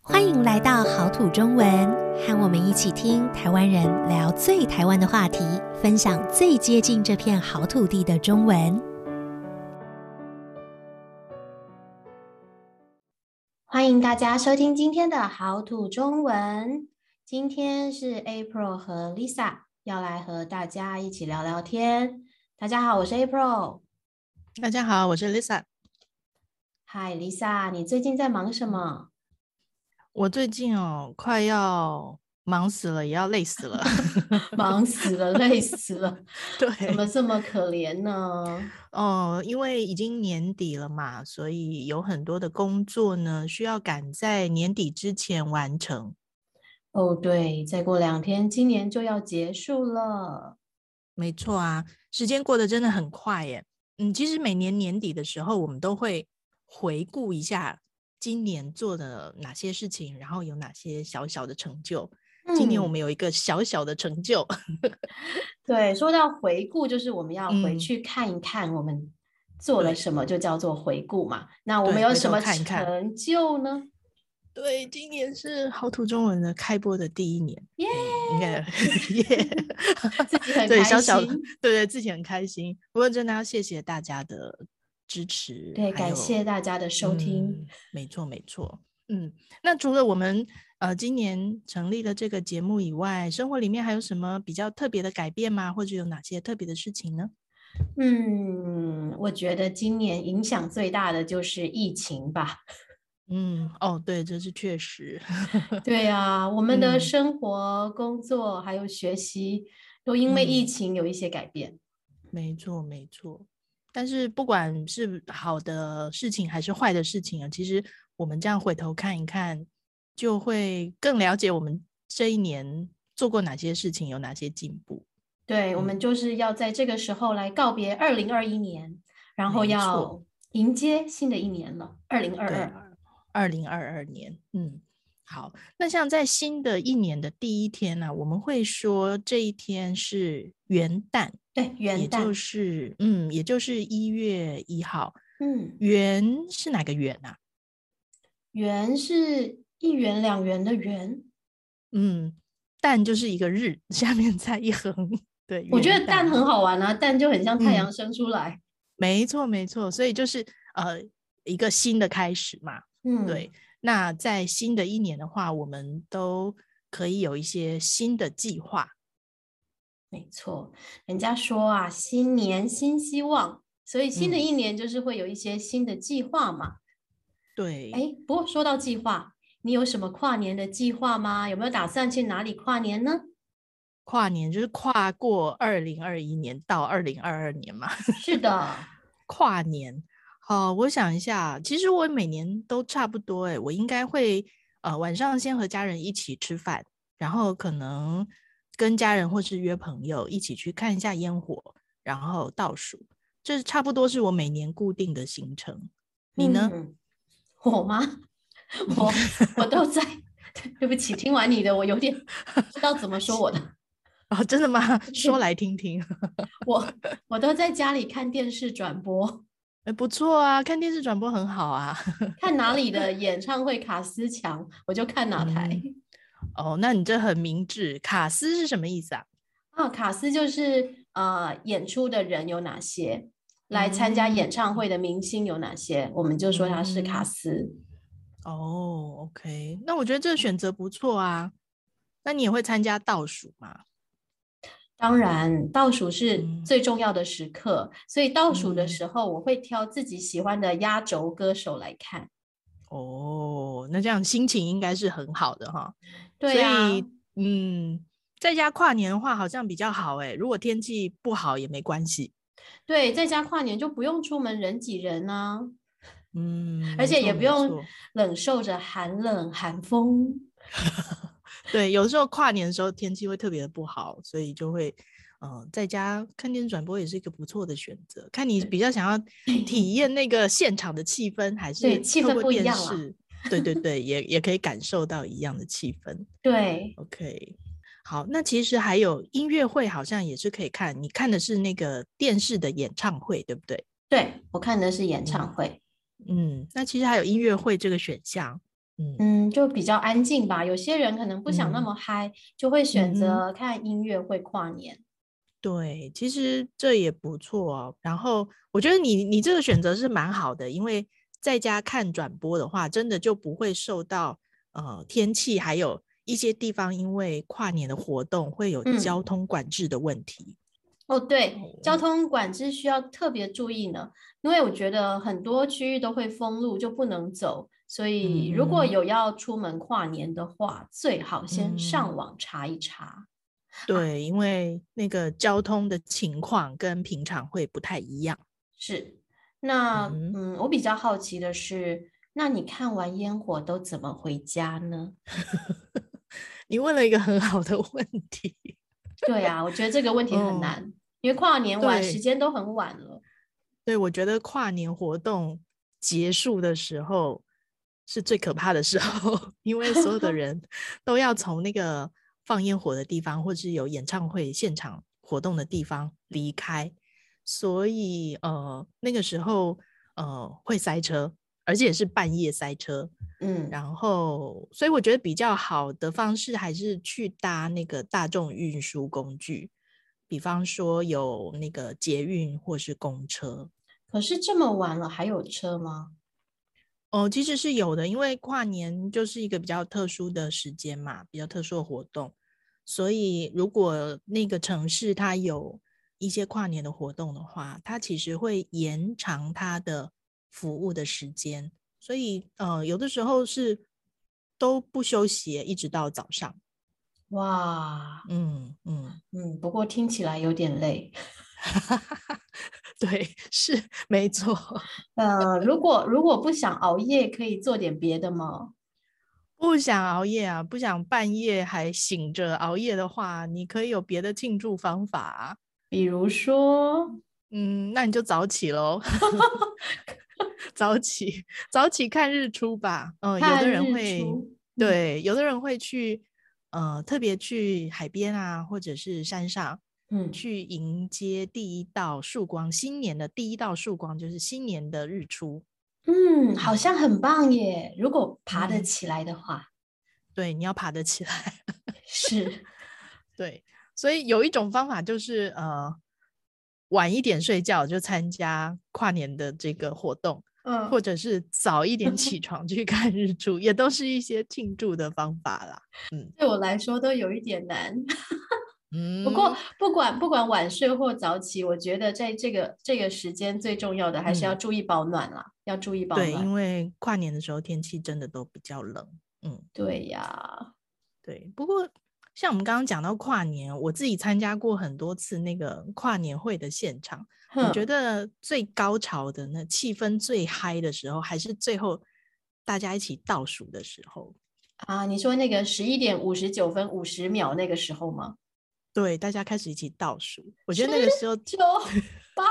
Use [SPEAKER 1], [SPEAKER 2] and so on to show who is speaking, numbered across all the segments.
[SPEAKER 1] 欢迎来到好土中文，和我们一起听台湾人聊最台湾的话题，分享最接近这片好土地的中文。
[SPEAKER 2] 欢迎大家收听今天的好土中文。今天是 April 和 Lisa 要来和大家一起聊聊天。大家好，我是 April。
[SPEAKER 3] 大家好，我是 Lisa。
[SPEAKER 2] 嗨，Lisa，你最近在忙什么？
[SPEAKER 3] 我最近哦，快要忙死了，也要累死了。
[SPEAKER 2] 忙死了，累死了，
[SPEAKER 3] 对，
[SPEAKER 2] 怎么这么可怜呢？
[SPEAKER 3] 哦、因为已经年底了嘛，所以有很多的工作呢，需要赶在年底之前完成。
[SPEAKER 2] 哦，对，再过两天，今年就要结束了。
[SPEAKER 3] 没错啊，时间过得真的很快耶。嗯，其实每年年底的时候，我们都会回顾一下今年做的哪些事情，然后有哪些小小的成就。今年我
[SPEAKER 2] 嗯
[SPEAKER 3] 们有一个小小的成就，
[SPEAKER 2] 对，说到回顾，就是我们要回
[SPEAKER 3] 嗯
[SPEAKER 2] 去看一看我们做了
[SPEAKER 3] 对
[SPEAKER 2] 什么，就叫做回顾嘛。那我们
[SPEAKER 3] 对
[SPEAKER 2] 有
[SPEAKER 3] 回
[SPEAKER 2] 什
[SPEAKER 3] 头
[SPEAKER 2] 么
[SPEAKER 3] 看一看
[SPEAKER 2] 成就呢？
[SPEAKER 3] 对，今年是好土中文的开播的第一年，
[SPEAKER 2] 耶、
[SPEAKER 3] 嗯应该 耶，
[SPEAKER 2] 自己很
[SPEAKER 3] 对
[SPEAKER 2] 开
[SPEAKER 3] 小小
[SPEAKER 2] 心。
[SPEAKER 3] 对对，自己很开心。不过真的要谢谢大家的支持，
[SPEAKER 2] 对，
[SPEAKER 3] 还
[SPEAKER 2] 感
[SPEAKER 3] 有
[SPEAKER 2] 谢大家的收听
[SPEAKER 3] 嗯。没错，没错。嗯，那除了我们呃今年成立了这个节目以外，生活里面还有什么比较特别的改变吗？或者有哪些特别的事情呢？
[SPEAKER 2] 嗯我觉得今年影响最大的就是疫情 吧。
[SPEAKER 3] 嗯，哦，对，这是确实，
[SPEAKER 2] 对啊，我们的
[SPEAKER 3] 嗯
[SPEAKER 2] 生活、工作还有学习都因为疫
[SPEAKER 3] 嗯
[SPEAKER 2] 情有一些改变。
[SPEAKER 3] 没错，没错。但是不管是好的事情还是坏的事情啊，其实我们这样回头看一看，就会更了解我们这一年做过哪些事情，有哪些进步。
[SPEAKER 2] 对，我
[SPEAKER 3] 嗯
[SPEAKER 2] 们就是要在这个时候来告别二零二一年，然后
[SPEAKER 3] 没错
[SPEAKER 2] 要迎接新的一年了，二零二
[SPEAKER 3] 对
[SPEAKER 2] 二。，
[SPEAKER 3] 二零二二年，嗯，好。那像在新的一年的第一天呢、我们会说这一天是元旦，
[SPEAKER 2] 对，元
[SPEAKER 3] 也就
[SPEAKER 2] 旦。
[SPEAKER 3] 是嗯，也就是一月一号。
[SPEAKER 2] 嗯，
[SPEAKER 3] 元是哪个元啊？
[SPEAKER 2] 元是一元两元的元。
[SPEAKER 3] 嗯，蛋就是一个日， 下面再一横。对，
[SPEAKER 2] 我觉
[SPEAKER 3] 元
[SPEAKER 2] 得蛋很好玩啊，蛋就很像太
[SPEAKER 3] 嗯
[SPEAKER 2] 阳升出来。
[SPEAKER 3] 没错没错，所以就是呃一个新的开始嘛。
[SPEAKER 2] 嗯，
[SPEAKER 3] 对，那在新的一年的话，我们都可以有一些新的计划。
[SPEAKER 2] 没错，人家说啊，新年新希望，所以新的
[SPEAKER 3] 嗯
[SPEAKER 2] 一年就是会有一些新的计划嘛。
[SPEAKER 3] 对，
[SPEAKER 2] 哎、不过说到计划，你有什么跨年的计划吗？有没有打算去哪里跨年呢？
[SPEAKER 3] 跨年就是跨过二零二一年到二零二二年嘛，
[SPEAKER 2] 是的，
[SPEAKER 3] 跨年。好、我想一下，其实我每年都差不多诶，我应该会呃晚上先和家人一起吃饭，然后可能跟家人或是约朋友一起去看一下烟火，然后倒数，这差不多是我每年固定的行程。 你呢？
[SPEAKER 2] 嗯我吗？ 我我都在。对不起，听完你的，我有点不知道怎么说我 的。
[SPEAKER 3] 哦，真的吗？ 说来听听。
[SPEAKER 2] 我我都在家里看电视转播，
[SPEAKER 3] 哎， 不错啊，看电视转播很好啊。
[SPEAKER 2] 看哪里的演唱会卡斯强，我就看哪台。
[SPEAKER 3] 嗯哦，那你这很明智。卡斯是什么意思啊？
[SPEAKER 2] 啊，卡斯就是呃，演出的人有哪些？来参加演唱会的明星有哪些？我们就说他是卡
[SPEAKER 3] 嗯
[SPEAKER 2] 斯。
[SPEAKER 3] 哦，OK，那我觉得
[SPEAKER 2] 嗯
[SPEAKER 3] 这个选择不错啊。那你也会参加倒数吗？
[SPEAKER 2] 当然，倒数是
[SPEAKER 3] 嗯
[SPEAKER 2] 最重要的时刻，所以倒数的
[SPEAKER 3] 嗯
[SPEAKER 2] 时候，我会挑自己喜欢的压轴歌手来看。
[SPEAKER 3] 哦，那这样心情应该是很好的哈。
[SPEAKER 2] 对啊
[SPEAKER 3] 所
[SPEAKER 2] 呀，
[SPEAKER 3] 以，嗯，在家跨年的话好像比较好诶，如果天气不好也没关系。
[SPEAKER 2] 对，在家跨年就不用出门人挤人啊，
[SPEAKER 3] 嗯，
[SPEAKER 2] 而
[SPEAKER 3] 没
[SPEAKER 2] 且
[SPEAKER 3] 错
[SPEAKER 2] 也不
[SPEAKER 3] 没
[SPEAKER 2] 用
[SPEAKER 3] 错
[SPEAKER 2] 冷受着寒冷寒风。
[SPEAKER 3] 对，有时候跨年的时候天气会特别的不好，所以就会，嗯、在家看电视转播也是一个不错的选择。看你比较想要体验那个现场的气氛，还是
[SPEAKER 2] 对气
[SPEAKER 3] 透
[SPEAKER 2] 氛
[SPEAKER 3] 过
[SPEAKER 2] 不一
[SPEAKER 3] 电
[SPEAKER 2] 样啦
[SPEAKER 3] 视对 对对，也也可以感受到一样的气氛。
[SPEAKER 2] 对，
[SPEAKER 3] OK，好，那其实还有音乐会，好像也是可以看。你看的是那个电视的演唱会，对不对？
[SPEAKER 2] 对我看的是演唱
[SPEAKER 3] 嗯
[SPEAKER 2] 会。
[SPEAKER 3] 嗯，那其实还有音乐会这个选项。嗯
[SPEAKER 2] 嗯，就比较安静吧。有些人可能不想那
[SPEAKER 3] 嗯
[SPEAKER 2] 么嗨、就会选
[SPEAKER 3] 嗯哼
[SPEAKER 2] 择看音乐会跨年。
[SPEAKER 3] 对，其实这也不错哦。然后我觉得你你这个选择是蛮好的，因为在家看转播的话，真的就不会受到呃天气，还有一些地方因为跨年的活动会有
[SPEAKER 2] 嗯
[SPEAKER 3] 交通管制的问题。
[SPEAKER 2] 哦，对，交通管制需要特别注意呢，因为我觉得很多区域都会封路，就不能走。所以如果
[SPEAKER 3] 嗯哼
[SPEAKER 2] 有要出门跨年的话，最好先上
[SPEAKER 3] 嗯
[SPEAKER 2] 网查一查。
[SPEAKER 3] 对，因为那个交通的情况跟平常会不太一样。
[SPEAKER 2] 是，那
[SPEAKER 3] 嗯
[SPEAKER 2] 嗯，我比较好奇的是，那你看完烟火都怎么回家呢？
[SPEAKER 3] 你问了一个很好的 问题。
[SPEAKER 2] 对啊，我觉得这个问题很
[SPEAKER 3] 嗯
[SPEAKER 2] 难，因为跨年晚时
[SPEAKER 3] 对
[SPEAKER 2] 间都很晚了。
[SPEAKER 3] 对，我觉得跨年活动结束的时候是最可怕的时候， 因为所有的人都要从那个放烟火的地方，或是有演唱会现场活动的地方离开，所以呃，那个时候呃会塞车，而且是半夜塞车。
[SPEAKER 2] 嗯，
[SPEAKER 3] 然后，所以我觉得比较好的方式还是去搭那个大众运输工具，比方说有那个捷运或是公车。
[SPEAKER 2] 可是这么晚了还有车吗？
[SPEAKER 3] 哦，其实是有的，因为跨年就是一个比较特殊的时间嘛，比较特殊的活动，所以如果那个城市它有一些跨年的活动的话，它其实会延长它的服务的时间，所以呃，有的时候是都不休息，一直到早上。
[SPEAKER 2] 哇，
[SPEAKER 3] 嗯嗯，
[SPEAKER 2] 嗯，不过听起来有点累。
[SPEAKER 3] 对，是没错。
[SPEAKER 2] 呃，如果如果不想熬夜，可以做点别的吗？
[SPEAKER 3] 不想熬夜啊，不想半夜还醒着熬夜的话，你可以有别的庆祝方法啊、
[SPEAKER 2] 比如说，
[SPEAKER 3] 嗯，那你就早起喽， 早起早起看日出吧。嗯、有
[SPEAKER 2] 看
[SPEAKER 3] 的人
[SPEAKER 2] 日
[SPEAKER 3] 会
[SPEAKER 2] 出，嗯
[SPEAKER 3] 对，有的人会去呃，特别去海边啊，或者是山上
[SPEAKER 2] 嗯，
[SPEAKER 3] 去迎接第一道曙光。新年的第一道曙光就是新年的日出。
[SPEAKER 2] 嗯，好像很棒耶。如果爬得
[SPEAKER 3] 嗯
[SPEAKER 2] 起来的话，
[SPEAKER 3] 对，你要爬得起来。
[SPEAKER 2] 是，
[SPEAKER 3] 对，所以有一种方法就是呃，晚一点睡觉就参加跨年的这个活动。
[SPEAKER 2] 嗯
[SPEAKER 3] 或者是早一点起床去看日出，也都是一些庆祝的方法啦。
[SPEAKER 2] 对我来说都有一点难。
[SPEAKER 3] 嗯，
[SPEAKER 2] 不过不管不管晚睡或早起，我觉得在这个这个时间最重要的还是要
[SPEAKER 3] 嗯
[SPEAKER 2] 注意保暖啦，要注意保
[SPEAKER 3] 对，
[SPEAKER 2] 暖。
[SPEAKER 3] 因为跨年的时候天气真的都比较冷。嗯，
[SPEAKER 2] 对呀，
[SPEAKER 3] 对。不过像我们刚刚讲到跨年，我自己参加过很多次那个跨年会的现场，我觉
[SPEAKER 2] 哼
[SPEAKER 3] 得最高潮的那气氛最嗨的时候，还是最后大家一起倒数的时候。
[SPEAKER 2] 啊，你说那个十一点五十九分五十秒那个时候吗？
[SPEAKER 3] 对，大家开始一起倒数，我觉得那个 时候
[SPEAKER 2] 九八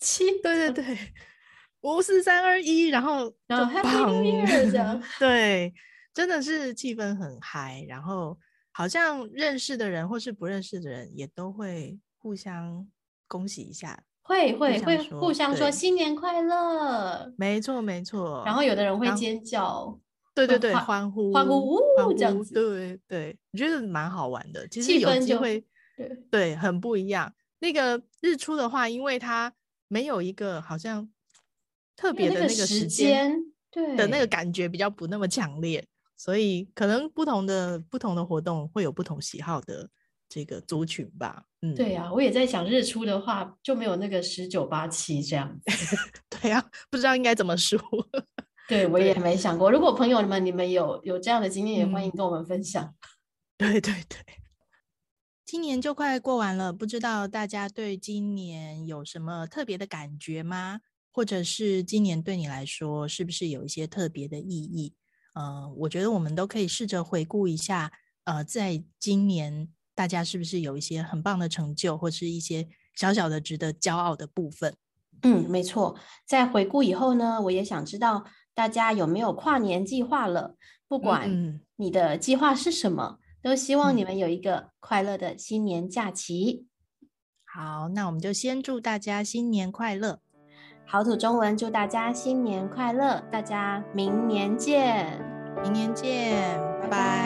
[SPEAKER 2] 七，
[SPEAKER 3] 对对对， 五四三二一，然后
[SPEAKER 2] 然后
[SPEAKER 3] 就
[SPEAKER 2] Happy New
[SPEAKER 3] 砰
[SPEAKER 2] Year 这样
[SPEAKER 3] 对，真的是气氛很嗨，然后好像认识的人或是不认识的人也都会互相恭喜一下。
[SPEAKER 2] 会会
[SPEAKER 3] 相
[SPEAKER 2] 会
[SPEAKER 3] 说
[SPEAKER 2] 互相说
[SPEAKER 3] 对
[SPEAKER 2] 新年快乐，
[SPEAKER 3] 没错，没错。
[SPEAKER 2] 然后有的人会
[SPEAKER 3] 然后
[SPEAKER 2] 尖叫，
[SPEAKER 3] 对对
[SPEAKER 2] 会
[SPEAKER 3] 对，
[SPEAKER 2] 欢
[SPEAKER 3] 欢呼
[SPEAKER 2] 欢呼
[SPEAKER 3] 欢
[SPEAKER 2] 呜这样
[SPEAKER 3] 呼
[SPEAKER 2] 子
[SPEAKER 3] 对对，我觉得蛮好玩的。其实
[SPEAKER 2] 气
[SPEAKER 3] 有
[SPEAKER 2] 氛
[SPEAKER 3] 机
[SPEAKER 2] 就
[SPEAKER 3] 会，
[SPEAKER 2] 对，
[SPEAKER 3] 对，很不一样。那个日出的话，因为它没有一个好像特
[SPEAKER 2] 因为
[SPEAKER 3] 别的
[SPEAKER 2] 那
[SPEAKER 3] 那个
[SPEAKER 2] 时
[SPEAKER 3] 间
[SPEAKER 2] 间对
[SPEAKER 3] 的那个感觉比较不那么强烈，所以可能不同的不同的活动会有不同喜好的这个族群吧。嗯，
[SPEAKER 2] 对呀、我也在想日出的话就没有那个十九八七这样子，
[SPEAKER 3] 对啊，不知道应该怎么说。
[SPEAKER 2] 对我也
[SPEAKER 3] 对
[SPEAKER 2] 没想过。如果朋友们你们有有这样的经验，也欢迎
[SPEAKER 3] 嗯
[SPEAKER 2] 跟我们分享。
[SPEAKER 3] 对对对，今年就快过完了，不知道大家对今年有什么特别的感觉吗？或者是今年对你来说是不是有一些特别的意义？呃，我觉得我们都可以试着回顾一下，呃，在今年大家是不是有一些很棒的成就，或是一些小小的值得骄傲的部分？
[SPEAKER 2] 嗯，没错。在回顾以后呢，我也想知道大家有没有跨年计划了。不管
[SPEAKER 3] 嗯，
[SPEAKER 2] 你的计划是什么，都希望你
[SPEAKER 3] 嗯
[SPEAKER 2] 们有一个快乐的新年假期。
[SPEAKER 3] 好，那我们就先祝大家新年快乐，
[SPEAKER 2] 好土中文祝大家新年快乐，大家明年见，
[SPEAKER 3] 明年见，拜拜。